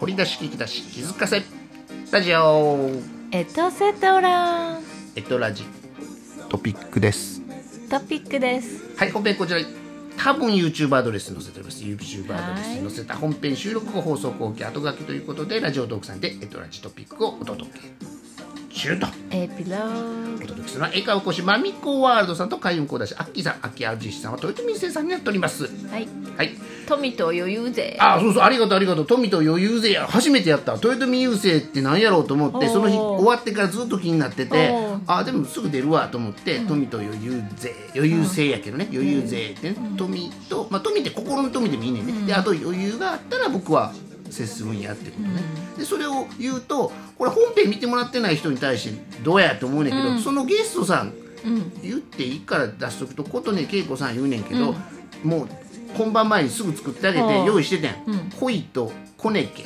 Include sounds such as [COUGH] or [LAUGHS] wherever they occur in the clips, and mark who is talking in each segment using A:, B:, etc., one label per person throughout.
A: 掘り出し聞き出し気づかせラジオ
B: エトセトラ
A: エトラジトピックです
B: トピックです
A: はい本編こちら多分 YouTuber アドレスに載せております YouTuber アドレスに載せた本編収録後放送後期後書きということでラジオトークさんでエトラジトピックをお届け中と
B: エピロー
A: お
B: グ
A: 届けするのは英会話講師マミコワールドさんと海運講談師アッキーさんアッキーアジシさんは豊臣先生さんになっております
B: はい
A: はい
B: 富と余裕税
A: あそうそうありがとうありがとう富と余裕勢や初めてやった豊臣優勢って何やろうと思って
B: おー
A: その日終わってからずっと気になってて
B: おー
A: あでもすぐ出るわと思って、富と余裕勢余裕勢やけどね余裕勢って、ね富と、まあ、富って心の富でもいいねんね、であと余裕があったら僕は接するんやってことね、でそれを言うとこれ本編見てもらってない人に対してどうやと思うねんけど、そのゲストさん
B: うん
A: 言っていいから出しとくと琴音恵子さん言うねんけど、もう本番前にすぐ作ってあげ
B: お
A: て
B: う
A: 用意しててん、
B: うん
A: 恋とコネケ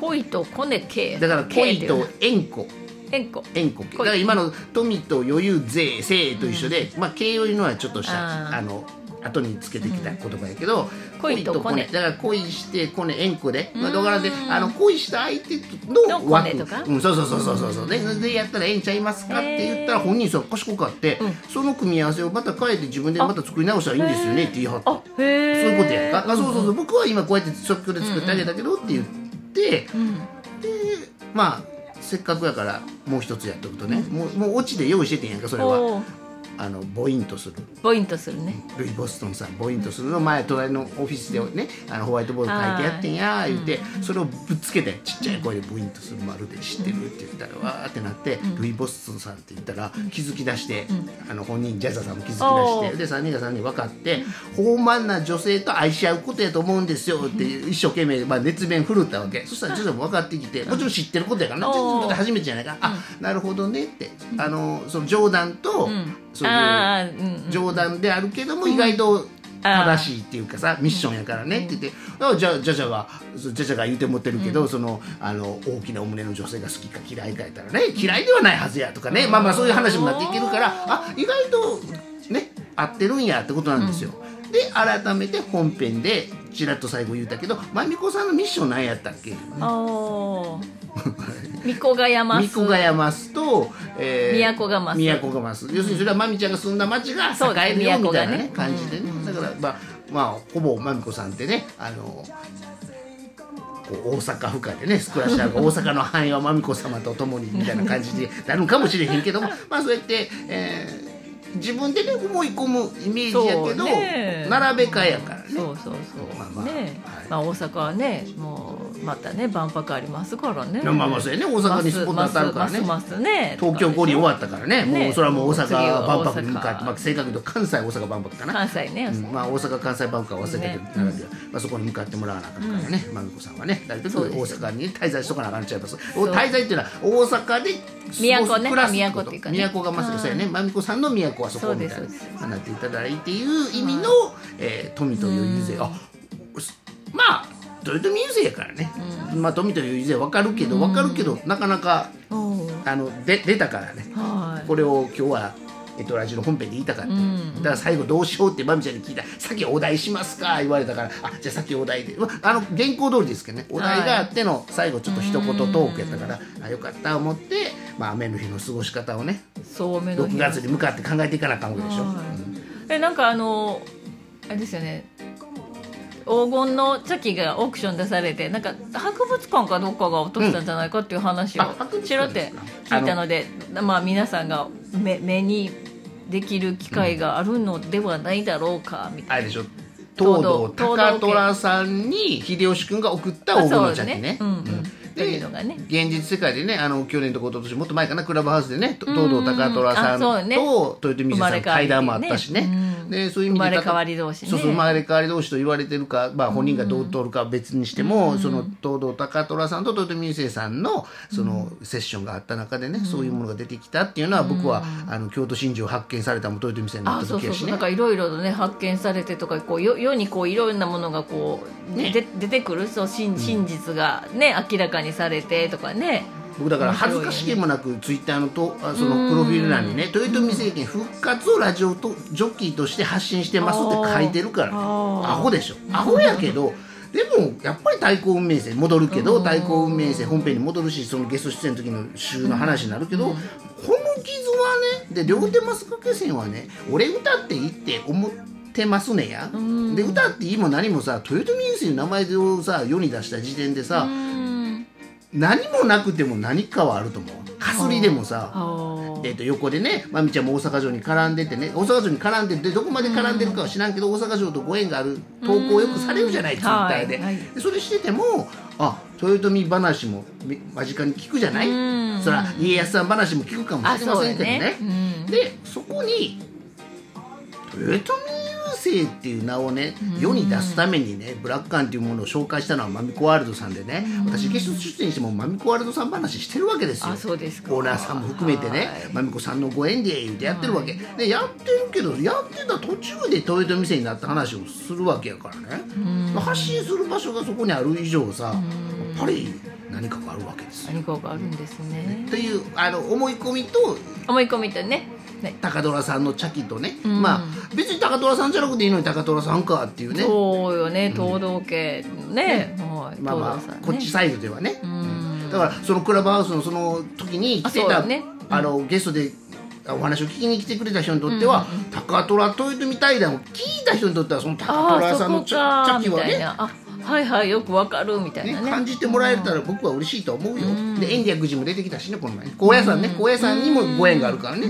B: 恋とコネ系
A: だから恋と
B: 系って
A: 縁故
B: いう縁故
A: 縁故だから今の富と余裕税税と一緒で、まあ形容いうのはちょっとした
B: あー
A: あの後につけてきた言葉やけど、
B: 恋とコネ
A: だから恋してコネ縁故で、まあ、
B: う
A: だ
B: ん
A: からであの恋した相手の
B: の
A: 枠
B: コネとか
A: うん、そうそうそうそうそうそうででやったらええんちゃいますかって言ったら
B: へー
A: 本人さ賢くあって、
B: うん
A: その組み合わせをまた変えて自分でまた作り直したらいいんですよねって言い張った
B: あへえ
A: そういうことやんか、あそうそうそう
B: う
A: 僕は今こうやって即興で作ってあげたけどって言って、
B: うん
A: でまあせっかくやからもう一つやっとくとね、もうもうオチで用意しててんやんかそれは
B: おー
A: あのボインとする
B: ポイントするね
A: ルイ・ボストンさんボインとするの前隣のオフィスでね、あのホワイトボード書いてやってんや言って、それをぶっつけてちっちゃい声でボインとするまるで知ってるって言ったらわーってなって、ルイ・ボストンさんって言ったら気づき出して、あの本人ジャザーさんも気づき
B: お
A: 出して
B: ー
A: で3人が3人分かって豊満な女性と愛し合うことやと思うんですよっていう一生懸命、まあ、熱弁振るったわけそしたらジャザーも分かってきてもちろん知ってることやからな
B: おー
A: ジャザーだって初めてじゃないから、あなるほどねってあのその冗談と、
B: ん
A: そういう。
B: ああうんうん
A: 冗談であるけども意外と正しいっていうかさミッションやからねって言ってだからじゃあじゃじゃがそうじゃじゃが言うて持ってるけど、そのあの大きなお胸の女性が好きか嫌いかやったらね嫌いではないはずやとかね、まあまあそういう話もなっていけるからあ意外とね合ってるんやってことなんですよ。で改めて本編でちらっと最後言うたけどまみこさんのミッション何やったっけ
B: おー巫女が山
A: 三子が山すと、え
B: 都がます
A: 都がます要するにそれはまみちゃんが住んだ町が
B: そうだ
A: 栄えるよみたいな、ね
B: 都が
A: 感
B: ね
A: じでね、だからまあ、まあ、ほぼまみこさんってねあのこう大阪府下でね暮らし合う大阪の範囲はまみこ様と共にみたいな感じになるかもしれへんけど
B: [LAUGHS]
A: もまあそうやって、えー自分でね思い込むイメージやけ
B: そ
A: ど、
B: うね
A: 並べ替えやからね。
B: そうそうそう
A: まあまあ
B: ね
A: はい
B: まあ大阪はねもうまたね万博ありますからね
A: まあまあそうやね大阪にスポット当たるからね。
B: ますますね
A: 東京五輪終わったからね
B: ね
A: もうそれはもう大
B: 次は
A: 阪万博に向かっ
B: 大
A: て、
B: 阪
A: まあ、正確に言うと関西大阪万博かな、
B: 関西ね、
A: うんまあ、大阪関西万博は忘れてる
B: ね
A: ならでは、まあ、そこに向かってもらわなあかんからね、まみこさんはねだいぶ大
B: そうです
A: 阪に滞在しとかなあかんちゃいます
B: う
A: 滞在っていうのは大阪で
B: 都ね
A: 暮らす
B: 都
A: こ
B: っ
A: と
B: ていうかね
A: 都がまさにそうやねまみこさんの都はそこみたい
B: そ
A: な
B: うですそうです
A: まあなっていただいていう意味の、えー富という遊勢あまあ豊臣遊勢やからね、まあ、富という遊勢わかるけどわかるけど、なかなか
B: うん
A: あので出たからね
B: はい
A: これを今日は、えっと、ラジオの本編で言いたかった、
B: うん
A: だから最後どうしようってまみちゃんに聞いた「先お題しますか」言われたから「あじゃあ先お題で」まあの原稿通りですけどねお題があっての最後ちょっと一言トークやったから、あよかった思って、まあ、雨の日の過ごし方をね
B: そうめの日
A: 6月に向かって考えていかなあかんわけでしょ、
B: はいえなんかあのあれですよね黄金の茶器がオークション出されてなんか博物館かどっかが落としたんじゃないかっていう話を
A: あ博物館です
B: ち
A: から
B: って聞いたのでまあ皆さんが目目にできる機会があるのではないだろうかみたい
A: あれでしょ東堂
B: 東堂
A: 高虎さんに秀吉君が送った黄金の茶器ね
B: そうねうんうんと
A: で
B: いうのがね
A: 現実世界でねあの去年とか一昨年もっと前かなクラブハウスでねと東堂高虎さん
B: うんあそうね
A: と豊臣秀さんの対談もあったしね
B: 生まれ変わりっていうねうん
A: でそういう意味
B: 生
A: で
B: まれ変わり同士ね
A: そうそう生まれ変わり同士と言われてるか、まあ、本人がどう取るかは別にしても、その東堂高虎さんと豊臣秀さんのそのセッションがあった中でね、そういうものが出てきたっていうのは僕は、あの京都新庄発見されたのも豊臣秀になっ
B: あ
A: た
B: そう
A: 時
B: そ
A: や
B: う
A: し
B: そう、
A: ね
B: なんかいろいろとね発見されてとかこうよ世にこういろんなものがこう、
A: ね
B: で出てくるそう真真実がね、明らかにされてとかね
A: 僕だから恥ずかしげもなくツイッターのとあそのプロフィール欄にね豊臣政権復活をラジオとジョッキーとして発信してますって書いてるからね
B: あー
A: アホでしょアホやけどでもやっぱり対抗運命線戻るけど
B: うん
A: 対抗運命線本編に戻るしそのゲスト出演の時の週の話になるけど、
B: うん
A: この傷はねで両手マスクけ線はね俺歌っていいって思ってますねや、
B: うん
A: で歌っていいも何もさ豊臣秀吉の名前をさ世に出した時点で
B: う
A: さ、
B: ん
A: 何もなくても何かはあると思うかすりでもさ、
B: あー
A: えー、と横でねまみちゃんも大阪城に絡んでてね大阪城に絡んでてどこまで絡んでるかは知らんけど、大阪城とご縁がある投稿をよくされるじゃない
B: うん
A: ツイッターで,、
B: はいはい
A: でそれしててもあ豊臣話もみ間近に聞くじゃない、
B: うん
A: そら家康さん話も聞くかも
B: あ
A: しれま
B: そう
A: せ
B: だ
A: んけど
B: ね
A: ね
B: うん
A: でそこに豊臣優勢っていう名をね世に出すためにねブラックカンっていうものを紹介したのはマミコワールドさんでね私ゲスト出演してもマミコワールドさん話してるわけですよ
B: あそうですか
A: オーナーさんも含めてね
B: はい
A: まみこさんのご縁で言うてやってるわけ、でやってるけどやってた途中で豊臣店になった話をするわけやからね、発信する場所がそこにある以上さ、やっぱり何かがあるわけですよ。
B: 何かがあるんですね
A: というあの思い込みと
B: 思い込みとねね
A: 高虎さんの茶器とね、
B: ん
A: まあ別に高虎さんじゃなくていいのに高虎さんかっていうね
B: そうよね東堂家のねはい
A: まあまあ、
B: 東堂さんね
A: こっちサイドではね、
B: ん
A: だからそのクラブハウスのその時に来て
B: あ
A: た
B: そ
A: あ、
B: うね
A: のゲストであお話を聞きに来てくれた人にとっては、高虎豊臣対談を聞いた人にとってはその高
B: あ
A: 虎
B: あ
A: さ
B: そ
A: んの
B: こ
A: チャチ
B: か
A: ャキ
B: み
A: は
B: たい
A: ね
B: なあはいはいよくわかるみたい
A: ね
B: なね
A: 感じてもらえたら僕は嬉しいと思うよ、で延暦寺も出てきたしねこの前高野山ね高野山にもご縁があるからね、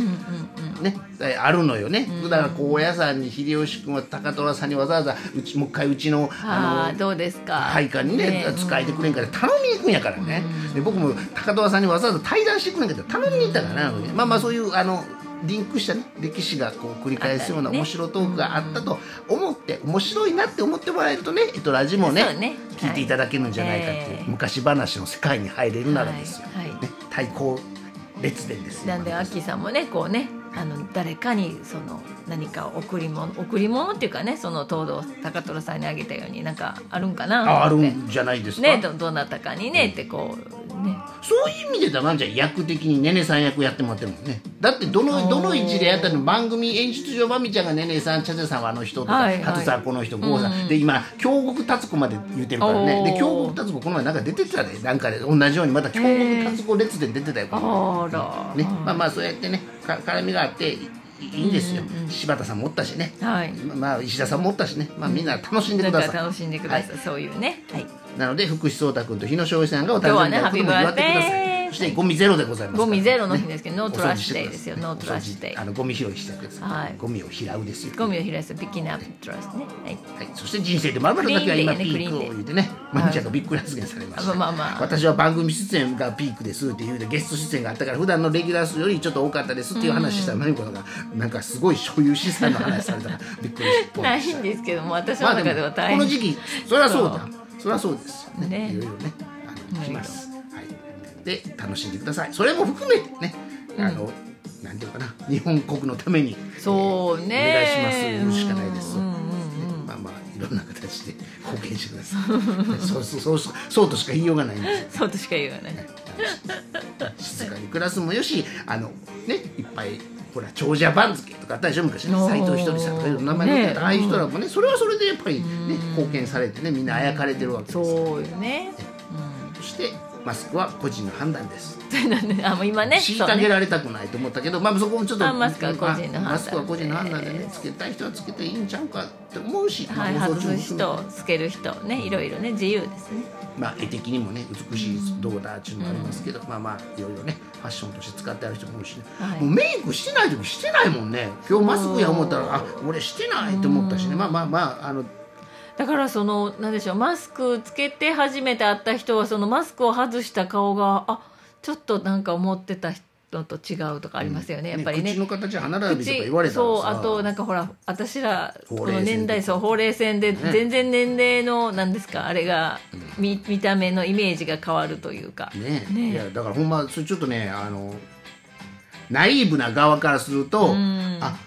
A: ね、あるのよね、だから高野山に秀吉君は高虎さんにわざわざうちもう一回うちの
B: あ
A: あ
B: あ
A: の
B: どうですか
A: 配下にね使えてくれんから頼みに行くんやからね、で僕も高田さんにわざわざ対談してくれんやけど頼みに行ったからな、まあまあそういうあのリンクした、ね、歴史がこう繰り返すような
B: あったりね
A: 面白トークがあったと思って面白いなって思ってもらえるとね「えっと、ラジもね
B: そうね
A: 聞いていただけるんじゃないかっていう、
B: はい
A: 昔話の世界に入れるならですよ、
B: はいはい
A: ね、対抗列伝ですよ
B: なんでアッキーさんもねこうねあの誰かにその何か贈り物贈り物っていうかねその東堂高虎さんにあげたようになんかあるんかな
A: あある
B: と思って
A: んじゃないですか、
B: ねどどなたかにねってこうね
A: そういう意味でだまんちゃん役的にねねさん役やってもらってるもんねだってど
B: あー
A: のどの位置でやったの番組演出上まみちゃんがねねさんちゃちゃさんはあの人とか、
B: はいはい
A: ハトさんはこの人ゴーさん、
B: うん
A: で今京極達子まで言ってるからね
B: おー
A: で京極達子この前なんか出てたでなんかで同じようにまた京極達子列で出てたよこの
B: あら、
A: 前ねまあまあそうやってねか絡みがあっていいいいんですよ、柴田さんもおったしね
B: はい
A: ままあ石田さんもおったしねまあみんな楽しんで
B: な
A: く
B: んか
A: ださい、
B: 楽しんでください、そういうねはい
A: なので福士蒼太君と日野翔一さんがお誕
B: 今
A: 生
B: 日は
A: 日のことも祝
B: ね
A: ってくだ
B: ハッピーバース
A: さ
B: デ
A: い
B: ー
A: そしてゴミゼロでございます
B: ゴミゼロ
A: の
B: の日ですけど、ノートラッシュデ
A: お
B: イ
A: 掃除してください
B: ですよノートラッシュデイ
A: あのゴミ拾いしてください、
B: はい
A: ゴミを拾うですよ
B: ゴミを拾いすピキナップトラスねはい
A: はい、そして人生でまるまるだけは今
B: ク
A: ピ
B: リー
A: ー
B: ンデーね
A: クを
B: クリーンデー
A: 言うてねまみちゃんがびっくり発言されました、
B: あまあまあ
A: 私は番組出演がピークですっていうでゲスト出演があったから普段のレギュラー数よりちょっと多かったですっていう話したらまみこさんがなんかすごい所有資産の話されたからびっくり
B: [LAUGHS]
A: しっぽい
B: な
A: で
B: い
A: し
B: ん
A: た
B: ですけども私
A: ま
B: の
A: あ
B: 中
A: で
B: で
A: も
B: は
A: こ
B: 大変、
A: の時期そりゃそうだそりゃそうですよね
B: ね
A: いろいろねあの
B: うん
A: します、はい、で楽しんでくださいそれも含めてねあの、なんていうのかな日本国のために
B: そうね
A: えーお願いしますしかないです、
B: うんうんうん
A: ねまあまあいろんな形で貢献してくださいそうそうそうそうそうとしか言いようがないんです
B: そうとしか言わない
A: 静かに暮らすもよしあのねいっぱいほら長者番付とかあったでしょ昔ね
B: おー
A: 斎藤ひとりさんとかいう名前出
B: ね
A: てたああいう人らもねそれはそれでやっぱりね貢献されてねみんなあやかれてるわけですから
B: そうよね、
A: そしてマスクは個人の判断です
B: うん、なんであもう今ね [LAUGHS] そう
A: 虐げ
B: ね
A: られたくないと思ったけど、まあそこもちょっと
B: あマスクは個人の判断で
A: あマスクは個人の判断でねつけたい人はつけていいんちゃうかって思うし、
B: はい
A: まあ放
B: 外
A: 送中
B: す
A: も
B: 人つける人ねいろいろね自由ですね
A: まあ、絵的にもね美しいどうだっていうのもありますけど、まあまあいろいろねファッションとして使ってある人も多いしね、
B: はい
A: もうメイクしてない時してないもんね今日マスクや思ったらあ俺してないって思ったしねまあまあまああの
B: だからそのなんでしょうマスクつけて初めて会った人はそのマスクを外した顔があちょっとなんか思ってた人と違うとかありますよね、やっぱりね
A: 口の形は歯並びとか
B: 口
A: 言われたらさ
B: そうあとなんかほら私ら
A: ほ
B: こ
A: うれい
B: の
A: 線
B: 年代
A: とか
B: そうほうれい線で
A: ね
B: 全然年齢の何ですかあれが見見た目のイメージが変わるというか、
A: ね
B: ね
A: いやだからほんまそれちょっとねあのナイーブな側からすると、あ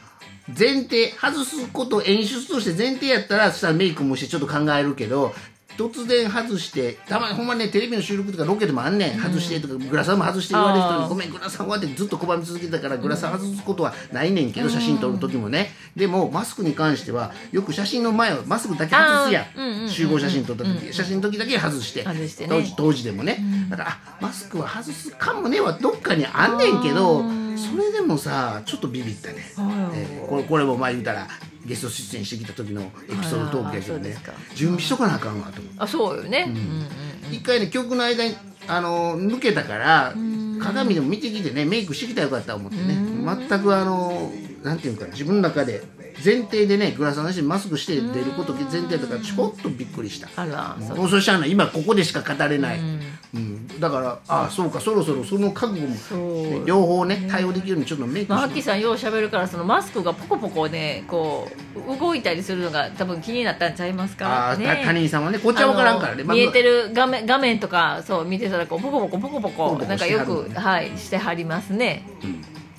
A: 前提外すことを演出として前提やったらそしたらメイクもしてちょっと考えるけど突然外してたまにほんまねテレビの収録とかロケでもあんねん外してとか、グラサンも外して言われる人
B: あー
A: に「ごめんグラサンは」ってずっと拒み続けてたからグラサン外すことはないねんけど、写真撮る時もねでもマスクに関してはよく写真の前はマスクだけ外すや
B: あーうんうんうん
A: ん
B: うん
A: 集合写真撮った時、写真の時だけ外して
B: 外してね
A: 当時当時でもね、だからあマスクは外すかもねはどっかにあんねんけどそれでもさちょっとビビったね。
B: はい
A: えーこれこれも前言うたらゲスト出演してきた時のエピソードトークやけど
B: あーそうで
A: ね
B: すか
A: 準備しとかなあかんわと思って
B: あそうよね、うん
A: 一回ね曲の間にあの抜けたから鏡でも見てきてねメイクしてきたらよかったと思ってね全くあのなんていうかな自分の中で前提でねグラサンなしにマスクして出ること前提だからちょっとびっくりした
B: あらそう
A: もうそうしゃあない今ここでしか語れない、うんだからああそうかそろそろその覚悟も、
B: そう
A: ね両方ね対応できるようにちょっとメイク
B: まあ、
A: し
B: ハッキーさんようしゃべるからそのマスクがポコポコねこう動いたりするのが多分気になったんちゃいます
A: あ
B: か
A: あ、
B: ね
A: た他人さんはねこっちは分からんからね
B: あの見えて
A: る
B: る画面画面とかそう見てたらこうポコポコポコ
A: ポ
B: ポ
A: コ
B: コ
A: ポコ
B: なんか
A: しては
B: よ
A: るの
B: く
A: ね
B: はいしてはりますね。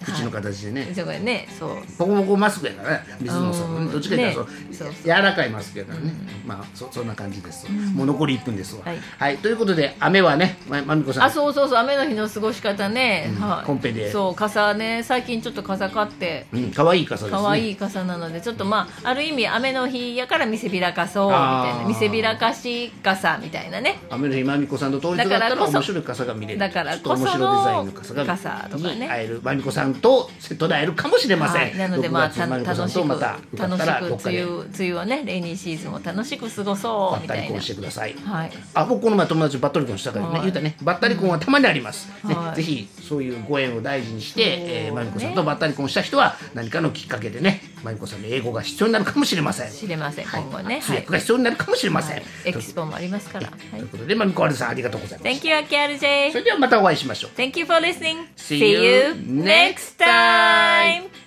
A: 口の形でね、
B: そこでねそう
A: ボコボコマスクやからね水野さんも
B: うん
A: ねどっちかというと
B: ね
A: そ
B: そううそう
A: 柔らかいマスクやからね、まあそそんな感じです、もう残り1分ですわは
B: はいい、
A: ということで雨はねままみ [LAUGHS] こさん
B: あそうそうそう雨の日の過ごし方ね、
A: うん
B: はい
A: コンペで
B: そう傘ね最近ちょっと傘買って
A: うん、可愛い傘ですね
B: 可愛い傘なのでちょっとまあある意味雨の日やから見せびらかそうみたい
A: あ
B: な
A: ー
B: 見せびらかし傘みたいなね
A: 雨の日まみこさんと統一だった
B: だ
A: ら
B: からこそ
A: 面白い傘が見れる
B: だからこそ
A: ちょっと面白いデザインの傘が
B: 傘とかね
A: に会えるまみこさんとセットで会えるかもしれません、
B: はい、なのでまあ
A: 6月
B: た
A: まみこさ
B: 楽
A: ん
B: し
A: と
B: く
A: またよかっ
B: 楽
A: たらど
B: し
A: っ
B: く
A: か
B: 梅
A: で
B: 雨梅雨をねレイニーシーズンを楽しく過ご
A: ば
B: そう
A: っ
B: み
A: た
B: た
A: り
B: い
A: 婚
B: な
A: してください
B: はい
A: あ僕の前友達バッタリコンしたからね、
B: はい
A: 言うたねバッタリコンはたまにあります、ね
B: はい
A: ぜひそういうご縁を大事にして、えー、
B: そう
A: ま
B: ね
A: みこさんとバッタリコンした人は何かのきっかけでねまみこさんの英語が必要になるかもしれません
B: 知れません、
A: はい
B: 今後ね
A: 通訳が必要になるかもしれません、
B: はい
A: と
B: エキスポもありますから、は
A: という
B: い、
A: ことでまみこあるさんありがとうございます
B: Thank you AKRJ
A: それではまたお会いしましょう
B: Thank you for listening
A: See you next time.